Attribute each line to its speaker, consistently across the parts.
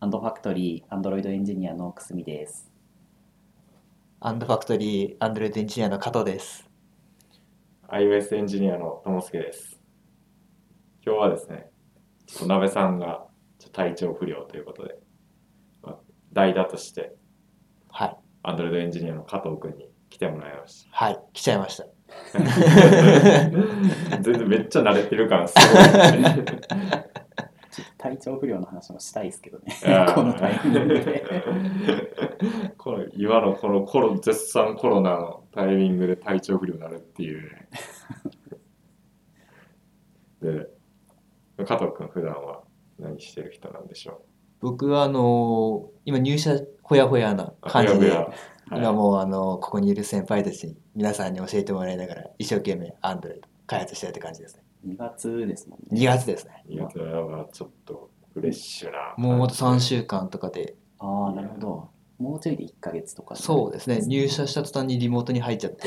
Speaker 1: アンドファクトリー、アンドロイドエンジニアのくすみです。
Speaker 2: アンドファクトリー、アンドロイドエンジニアの加藤です。
Speaker 3: iOS エンジニアのともすけです。今日はですね、ちょっと鍋さんがちょっと体調不良ということで、まあ代打として
Speaker 2: はい。
Speaker 3: アンドロイドエンジニアの加藤くんに来てもらいまし
Speaker 2: はい。来ちゃいました。
Speaker 3: た。全然めっちゃ慣れてる感すごいですね。
Speaker 1: ちょっと体調不良の話もしたいですけどね
Speaker 3: あ、ー
Speaker 1: このタイミングで。
Speaker 3: この今のこのコロ絶賛コロナのタイミングで体調不良になるっていうね。で、加藤君普段は何してる人なんでしょ
Speaker 2: 僕は、あのー今入社ほやほやな
Speaker 3: う
Speaker 2: 感じ
Speaker 3: あ
Speaker 2: で、
Speaker 3: やぶや
Speaker 2: 今
Speaker 3: は
Speaker 2: もう、あのーここにいる先輩たちに、皆さんに教えてもらいながら、一生懸命アンドロイド開発してるって感じですね。
Speaker 1: 2月ですもんね。
Speaker 2: 2月ですね。
Speaker 3: い、いやつはちょっとフレッシュな。
Speaker 2: もうあと3週間とかで、
Speaker 1: ああ、なるほど。もうちょいで1ヶ月とか、
Speaker 2: そうですね、入社した途端にリモートに入っちゃって、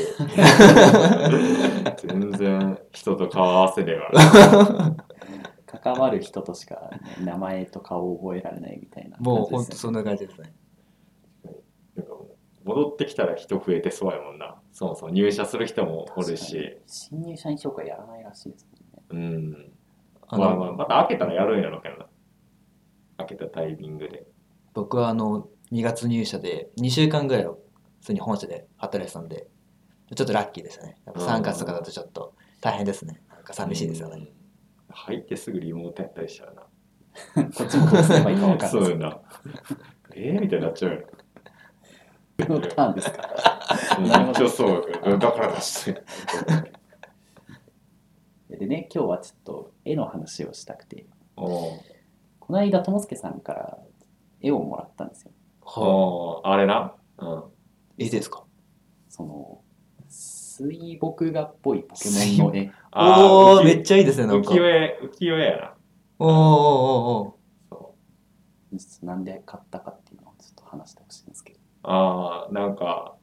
Speaker 3: 全然人と顔合わせれば。
Speaker 1: 関わる人としかね、名前と顔を覚えられないみたいな
Speaker 2: もう
Speaker 1: 感
Speaker 2: 本
Speaker 1: じ
Speaker 2: 当
Speaker 1: です
Speaker 2: そ
Speaker 1: よ
Speaker 2: ん
Speaker 1: ね
Speaker 2: な感じですね。
Speaker 3: なんかもう戻ってきたら人増えてそうやもんな。そもそも入社する人もおるし。
Speaker 1: 新入社員紹介やらないらしいですもんね。
Speaker 3: うん。
Speaker 2: あ
Speaker 3: まあ
Speaker 2: の、
Speaker 3: まあ、また開けたらやるんやろうけどな。開けたタイミングで。
Speaker 2: 僕はあの2月入社で2週間ぐらいを普通に本社で働いてたんでちょっとラッキーでしたねやっぱ3月とかだとちょっと大変ですねなんか寂しいですよ
Speaker 3: う
Speaker 2: ね
Speaker 3: ん。入ってすぐリモートやったりしたらな。
Speaker 1: こっちもどうすればいいか分かん
Speaker 3: そ
Speaker 1: ない
Speaker 3: うやな。えー、みたいになっちゃうよな。
Speaker 1: そのターンですか。
Speaker 3: うん
Speaker 1: なるほど
Speaker 3: めっちゃそうやから。だから出して。
Speaker 1: でね、今日はちょっと絵の話をしたくて、
Speaker 3: お
Speaker 1: この間、ともすけさんから絵をもらったんですよ。
Speaker 2: はあ、
Speaker 3: おあれな。うん。
Speaker 2: いいですか
Speaker 1: その、水墨画っぽいポケモンの絵。
Speaker 2: おおめっ
Speaker 3: ち
Speaker 2: ちゃいいですねなんか
Speaker 3: 浮
Speaker 2: おー
Speaker 3: 世絵、浮世絵やな。
Speaker 2: おーおーお
Speaker 3: そう
Speaker 1: なんで買ったかっていうのをちょっと話してほしいんですけど。
Speaker 3: ああ、なんか、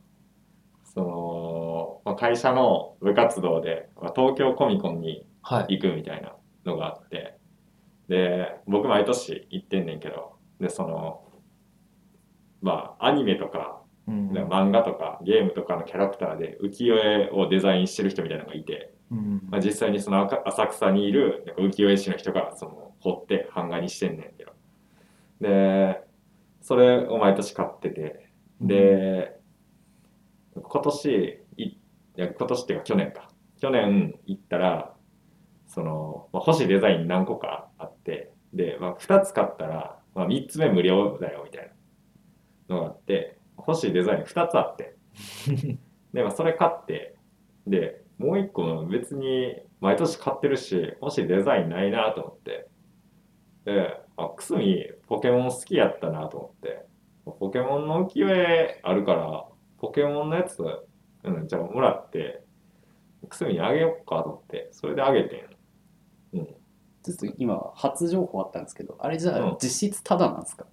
Speaker 3: その、まあ、会社の部活動で、まあ、東京コミコンに
Speaker 2: ーはい
Speaker 3: 行くみたいなのがあってで僕毎年行ってんねんけどでそのまあアニメとか
Speaker 2: うん
Speaker 3: で漫画とかゲームとかのキャラクターで浮世絵をデザインしてる人みたいなのがいて、
Speaker 2: うん
Speaker 3: まあ、実際にその赤浅草にいるなんか浮世絵師の人がその彫って版画にしてんねんけどでそれを毎年買っててで、今年い、いや今年っていうか去年か。去年行ったら、その、まあ、欲しいデザイン何個かあって、で、まあ、2つ買ったら、まあ、3つ目無料だよみたいなのがあって、欲しいデザイン2つあって。で、まあ、それ買って、で、もう1個の別に毎年買ってるし、欲しいデザインないなと思って。で、あ、くすみポケモン好きやったなと思って。ポケモンの浮世絵あるから、ポケモンのやつ、うん、じゃあもらって、くすみにあげようかと思って、それであげてん。
Speaker 1: ちょっと今、初情報あったんですけど、あれじゃ
Speaker 3: う
Speaker 1: あ
Speaker 3: ん
Speaker 1: 実質ただなんですか、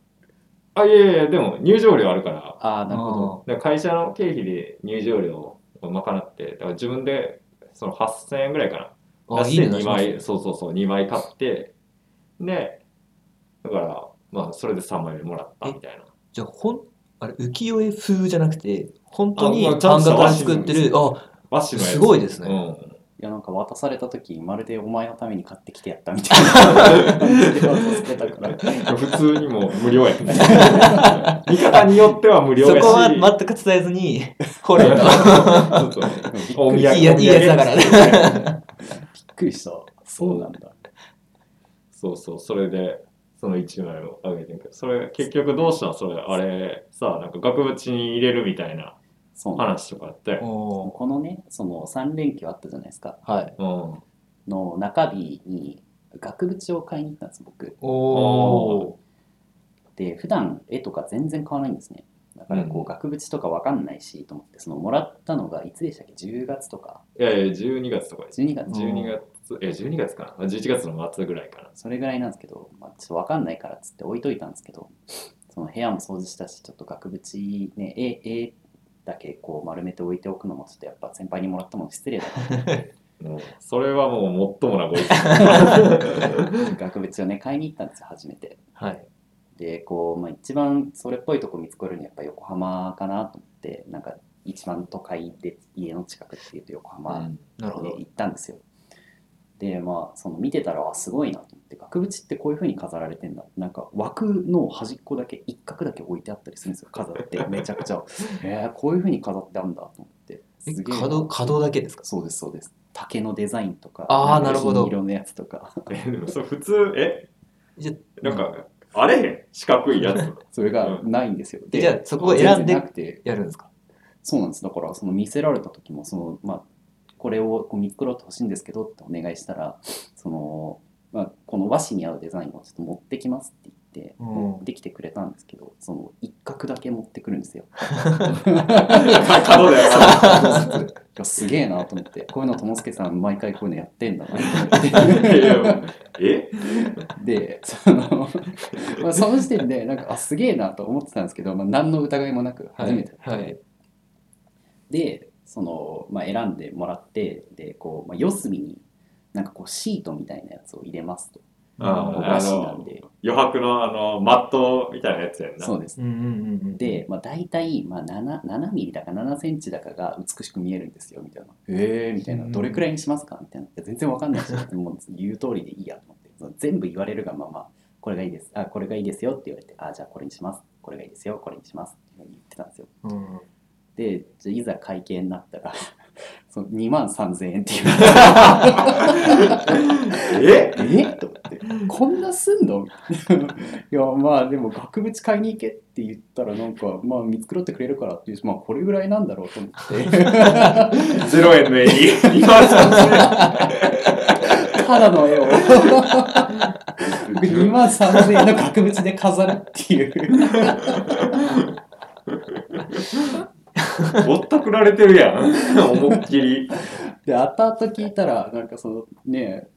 Speaker 3: あ、いやいやいや、でも入場料あるから、
Speaker 1: ああ、なるほど。
Speaker 3: で会社の経費で入場料を賄って、だから自分でその8000円ぐらいか
Speaker 2: あ
Speaker 3: な。
Speaker 2: ー
Speaker 3: 出
Speaker 2: い
Speaker 3: し
Speaker 2: い
Speaker 3: て
Speaker 2: ね出
Speaker 3: 2
Speaker 2: します
Speaker 3: 枚、
Speaker 2: ね
Speaker 3: そうそうそう、2枚買って、で、だから、まあ、それで3枚目もらったみたいな。
Speaker 2: じゃあほんあれ浮世絵風じゃなくて本当に
Speaker 3: あま
Speaker 2: 漫
Speaker 3: あちゃんと
Speaker 2: 画から作ってるあ
Speaker 3: 和紙のやつ。
Speaker 2: すごいですね
Speaker 3: うん。
Speaker 1: いや、なんか渡された時まるでお前のために買ってきてやったみたいな 感じで渡されたから。
Speaker 3: 普通にもう無料や。 見方によっては無料
Speaker 2: そ
Speaker 3: やし。
Speaker 2: こは全く伝えずに ほれと
Speaker 3: ちょっと
Speaker 1: びっ
Speaker 3: お
Speaker 1: く
Speaker 3: 土
Speaker 1: り
Speaker 2: い
Speaker 3: 産
Speaker 2: いやいいやつだからね
Speaker 1: びっくりした。そうなんだ。
Speaker 3: そうそう、それで、その1枚をあげてんけど、それ、結局どうしたんそれ、あれ、さ、なんか額縁に入れるみたいな
Speaker 1: そうなんだ
Speaker 3: 話とかあったよ。
Speaker 2: おー
Speaker 1: このね、その3連休あったじゃないですか。
Speaker 2: はい
Speaker 3: うん。
Speaker 1: の中日に額縁を買いに行ったんです、僕。
Speaker 2: お
Speaker 3: お
Speaker 2: お
Speaker 1: で普段絵とか全然買わないんですねだからこ
Speaker 3: う
Speaker 1: うん額縁とかわかんないしと思ってそのもらったのがいつでしたっけ10月とか
Speaker 3: いやいや、12月とかです。
Speaker 1: 12月
Speaker 2: うん
Speaker 3: 12月、え、12月かな ?11 月の末ぐらいかな。
Speaker 1: それぐらいなんですけど、まあ、ちょっとわかんないからっつって置いといたんですけどその部屋も掃除したしちょっと額縁ね絵絵だけこう丸めて置いておくのもちょっとやっぱ先輩にもらったもの失礼だ から
Speaker 3: もうそれはもう、もっともなご意見。
Speaker 1: 額縁をね買いに行ったんですよ初めて
Speaker 2: はい
Speaker 1: でこう、まあ、一番それっぽいとこ見つけるにはやっぱ横浜かなと思ってなんか一番都会で家の近くっていうと横浜
Speaker 3: うん
Speaker 2: なるほ
Speaker 1: で
Speaker 2: ど。
Speaker 1: 行ったんですよ。でまあその見てたらあすごいなと思って額縁ってこういう風に飾られてんだなんか枠の端っこだけ一角だけ置いてあったりするんですよ飾って めちゃくちゃえー、こういう風に飾ってあるんだと思って
Speaker 2: え
Speaker 1: すげえな
Speaker 2: 角角だけですか
Speaker 1: そうですそうです竹のデザインとか
Speaker 2: あー
Speaker 1: んか
Speaker 2: なるほど
Speaker 1: 金色のやつとか
Speaker 3: えでもそれ普通え
Speaker 2: じゃ
Speaker 3: なんかあれへん四角いやつ
Speaker 1: それがないんですよ、
Speaker 2: でじゃあそこを選ん
Speaker 1: 全
Speaker 2: で
Speaker 1: 然なくて
Speaker 2: やるんですか
Speaker 1: そうなんですだからその見せられた時もその、まあ、これをこう見繕ってほしいんですけどってお願いしたらその、まあ、この和紙に合うデザインをちょっと持ってきますって言って、
Speaker 2: うん
Speaker 1: 持ってきてくれたんですけどその一角だけ持ってくるん ですよ。
Speaker 3: か角だよ
Speaker 1: すげえなと思ってこういうの友助さん毎回こういうのやってんだなと
Speaker 3: 角
Speaker 1: 思っ
Speaker 3: い
Speaker 1: て
Speaker 3: やいやえ
Speaker 1: でその,、まあ、その時点でなんかあすげえなと思ってたんですけど、まあ、何の疑いもなく初めて
Speaker 2: はい。
Speaker 1: でその、まあ、選んでもらってでこう、まあ、四隅になんかこうシートみたいなやつを入れますと
Speaker 3: あ
Speaker 1: お
Speaker 3: ー
Speaker 1: 菓子なんで
Speaker 3: 余白のあのマットみたいなやつやんな
Speaker 1: そうです
Speaker 2: うんうんうんうん。
Speaker 1: で、まあ、大体、まあ、7, 7ミリだか7センチだかが美しく見えるんですよみたいな「へえ」みたいな「
Speaker 2: うん
Speaker 1: どれくらいにしますか?」みたいな「いや全然わかんないし もう言う通りでいいや」と思ってその全部言われるがまま「これがいいですあこれがいいですよ」って言われて「あじゃあこれにしますこれがいいですよこれにします」っていうふうに言ってたんですよ
Speaker 2: うん
Speaker 1: でじゃあいざ会計になったら その2万3000円っていう。
Speaker 3: え
Speaker 1: えと思ってこんなすんの いやまあでも額縁買いに行けって言ったらなんかまあ見繕ってくれるからっていうしまあこれぐらいなんだろうと思って
Speaker 3: ゼロ円の絵に今さ
Speaker 1: ただの絵を 2万3000円の額縁で飾るっていう
Speaker 3: ぼったくられてるやん思いっきり
Speaker 1: で後々聞いたらなんかそのねえ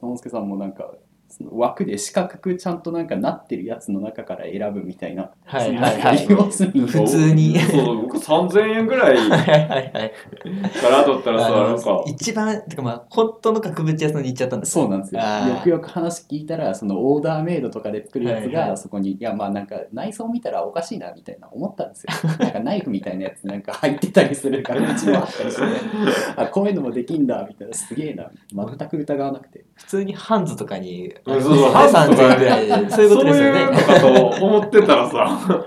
Speaker 1: 友助さんもなんかその枠で四角くちゃんとなんかなってるやつの中から選ぶみたいな、
Speaker 2: はいはいはい
Speaker 1: そんな要するに
Speaker 2: 普通に
Speaker 3: そう僕3000円ぐらい
Speaker 2: はいはいはい。
Speaker 3: から 取ったらさなんか
Speaker 2: 一番、てかまあ、本当の額縁屋さんに行っちゃったんです
Speaker 1: そうなんですよ。
Speaker 2: あ
Speaker 1: よ
Speaker 2: ー
Speaker 1: くよく話聞いたら、そのオーダーメイドとかで作るやつ
Speaker 2: はいは
Speaker 1: が、
Speaker 2: い
Speaker 1: そこに、いや、まあなんか内装見たらおかしいなみたいな思ったんですよ。なんかナイフみたいなやつなんか入ってたりするから、うちもあったりして、あ、こういうのもできんだみたいな、すげえな、全く疑わなくて。
Speaker 2: 普通にハンズとかに、
Speaker 3: うんそうそうハンズ
Speaker 2: 3000
Speaker 3: と
Speaker 2: 円
Speaker 3: か
Speaker 2: ぐらいで、そういうことですよね。
Speaker 3: そういうのかと思ってた らさ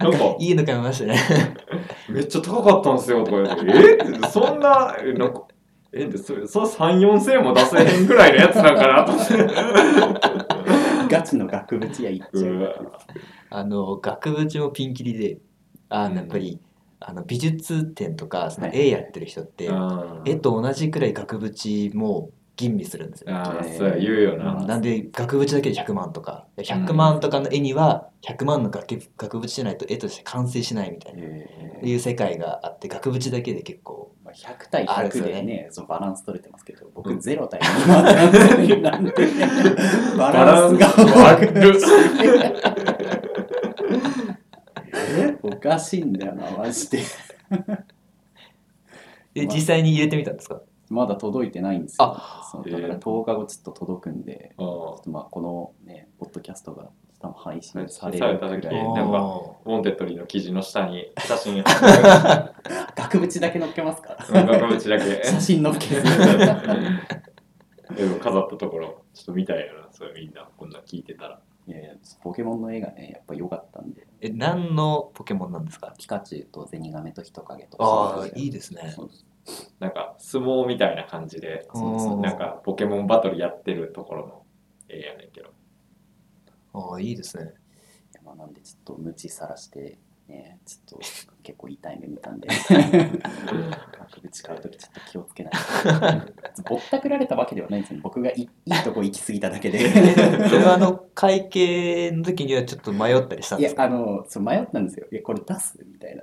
Speaker 3: なんか
Speaker 2: いいの買いましたね。
Speaker 3: めっちゃ高かったんですよ、これ。えそんな、えなんか、え、でそれ、それ3、4千円も出せへんぐらいのやつなんかなと思って。
Speaker 1: ガチの額縁屋行っちゃうから。
Speaker 2: あの、額縁もピンキリで、あのやっぱり、あの美術展とか、その
Speaker 1: はい
Speaker 2: 絵やってる人って、
Speaker 3: あ
Speaker 2: 絵と同じくらい額縁も吟味するんですよ。
Speaker 3: あー、そうや言うよ
Speaker 1: ー
Speaker 3: な。
Speaker 2: なんで額縁だけで100万とか100万とかの絵には100万の額額縁じゃないと絵として完成しないみたいないう世界があって額縁だけで結構
Speaker 1: まあ100対
Speaker 2: あれです
Speaker 1: 100
Speaker 2: よ
Speaker 1: でね
Speaker 2: ね、
Speaker 1: そのバランス取れてますけど、
Speaker 3: う
Speaker 1: 僕
Speaker 3: ん
Speaker 1: 0対2なんで、バランスが
Speaker 3: 悪 る。
Speaker 1: おかしいんだよな、マジで。
Speaker 2: で
Speaker 1: まあ
Speaker 2: 実際に入れてみたんですか
Speaker 1: まだ届いてないんですよ。そう
Speaker 3: え
Speaker 1: だ
Speaker 3: ー
Speaker 1: から10日後ちょっと届くんで、
Speaker 3: あ
Speaker 1: ちょっとまあこのね、ポッドキャストが多分配信され
Speaker 3: さ
Speaker 1: る
Speaker 3: れた
Speaker 1: く
Speaker 3: 時
Speaker 1: ら
Speaker 3: え
Speaker 1: い
Speaker 3: なんか
Speaker 2: お
Speaker 3: ーウォンテッドリーの記事の下に写真貼っ
Speaker 1: 額縁だけ載っけます から
Speaker 3: て、額縁 だけ。
Speaker 1: 写真載っける。
Speaker 3: でも飾ったところ、ちょっと見たいよな、それみんな、こんなん聞いてたら。
Speaker 1: いやいや、ポケモンの絵がね、やっぱ良かったんで、
Speaker 2: ーえ何のポケモンなんですか
Speaker 1: ピカチュウとゼニガメとヒトカゲと。
Speaker 2: ああいいですね
Speaker 1: そうです
Speaker 3: なんか、相撲みたいな感じで、
Speaker 1: そうです
Speaker 2: おー
Speaker 3: なんか、ポケモンバトルやってるところの絵やねんけど。
Speaker 2: ああいいですね
Speaker 1: いやまあなんでちょっと無知さらして、ね、ちょっと結構痛い目見たん で、額縁買うときちょっと気をつけない と。ぼったくられたわけではないんですよ。僕がいいいとこ行き過ぎただけで。
Speaker 2: それはあの会計の時にはちょっと迷ったりしたん
Speaker 1: い
Speaker 2: で
Speaker 1: や
Speaker 2: すか
Speaker 1: あのそう迷ったんですよいやこれ出すみたいな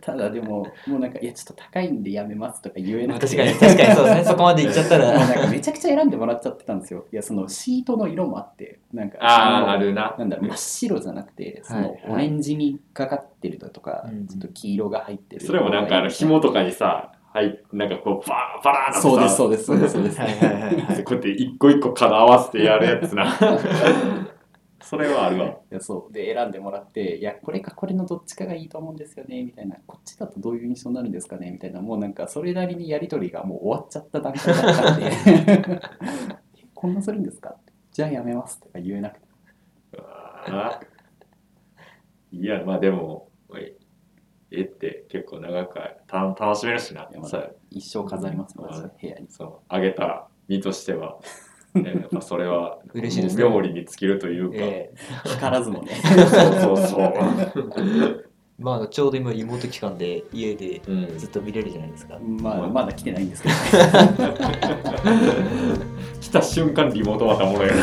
Speaker 1: ただでももうなんか「いやちょっと高いんでやめます」とか言えなく
Speaker 2: 確
Speaker 1: て
Speaker 2: かに確かにそうですねそこまで行っちゃった
Speaker 1: もうなん
Speaker 2: ら
Speaker 1: かめちゃくちゃ選んでもらっちゃってたんですよいやそのシートの色もあってなんか
Speaker 3: あ
Speaker 1: の
Speaker 3: あ、あるな。
Speaker 1: なんだ真っ白じゃなくてその
Speaker 2: はいはい
Speaker 1: オレンジにかかってるのとか、
Speaker 2: うん
Speaker 1: ちょっと黄色が入ってる
Speaker 3: それもなんかあの紐とかにさ、はい、なんかこうバーバラーな
Speaker 1: そうですそううですそうですそうです
Speaker 2: はいはいはいは い
Speaker 3: こうやって一個一個から合わせてやるやつな。それ はあるわ。
Speaker 1: いやそうで選んでもらって「いやこれかこれのどっちかがいいと思うんですよね」みたいな「こっちだとどういう印象になるんですかね」みたいなもうなんかそれなりにやり取りがもう終わっちゃった段階だったんで 「えこんなするんですか?」って「じゃあやめます」とか言えなくて
Speaker 3: うわーいや、まあでも、おい絵って結構長くた楽しめるしな。
Speaker 1: いやま
Speaker 3: そ
Speaker 1: だ
Speaker 3: う
Speaker 1: 一生飾ります私
Speaker 3: うん
Speaker 1: 部屋に
Speaker 3: そうあげた身として は、ね、やっぱそれは
Speaker 2: 嬉しいですね
Speaker 3: もう妙利に尽きるというか、
Speaker 2: ええ
Speaker 1: 光らずも ね
Speaker 3: そうそ うそう。
Speaker 2: まあちょうど今リモート期間で家で
Speaker 3: うん
Speaker 2: ずっと見れるじゃないですか。
Speaker 1: まあまだ来てないんですけど、ね、
Speaker 3: 来た瞬間リモートまたおもろいよね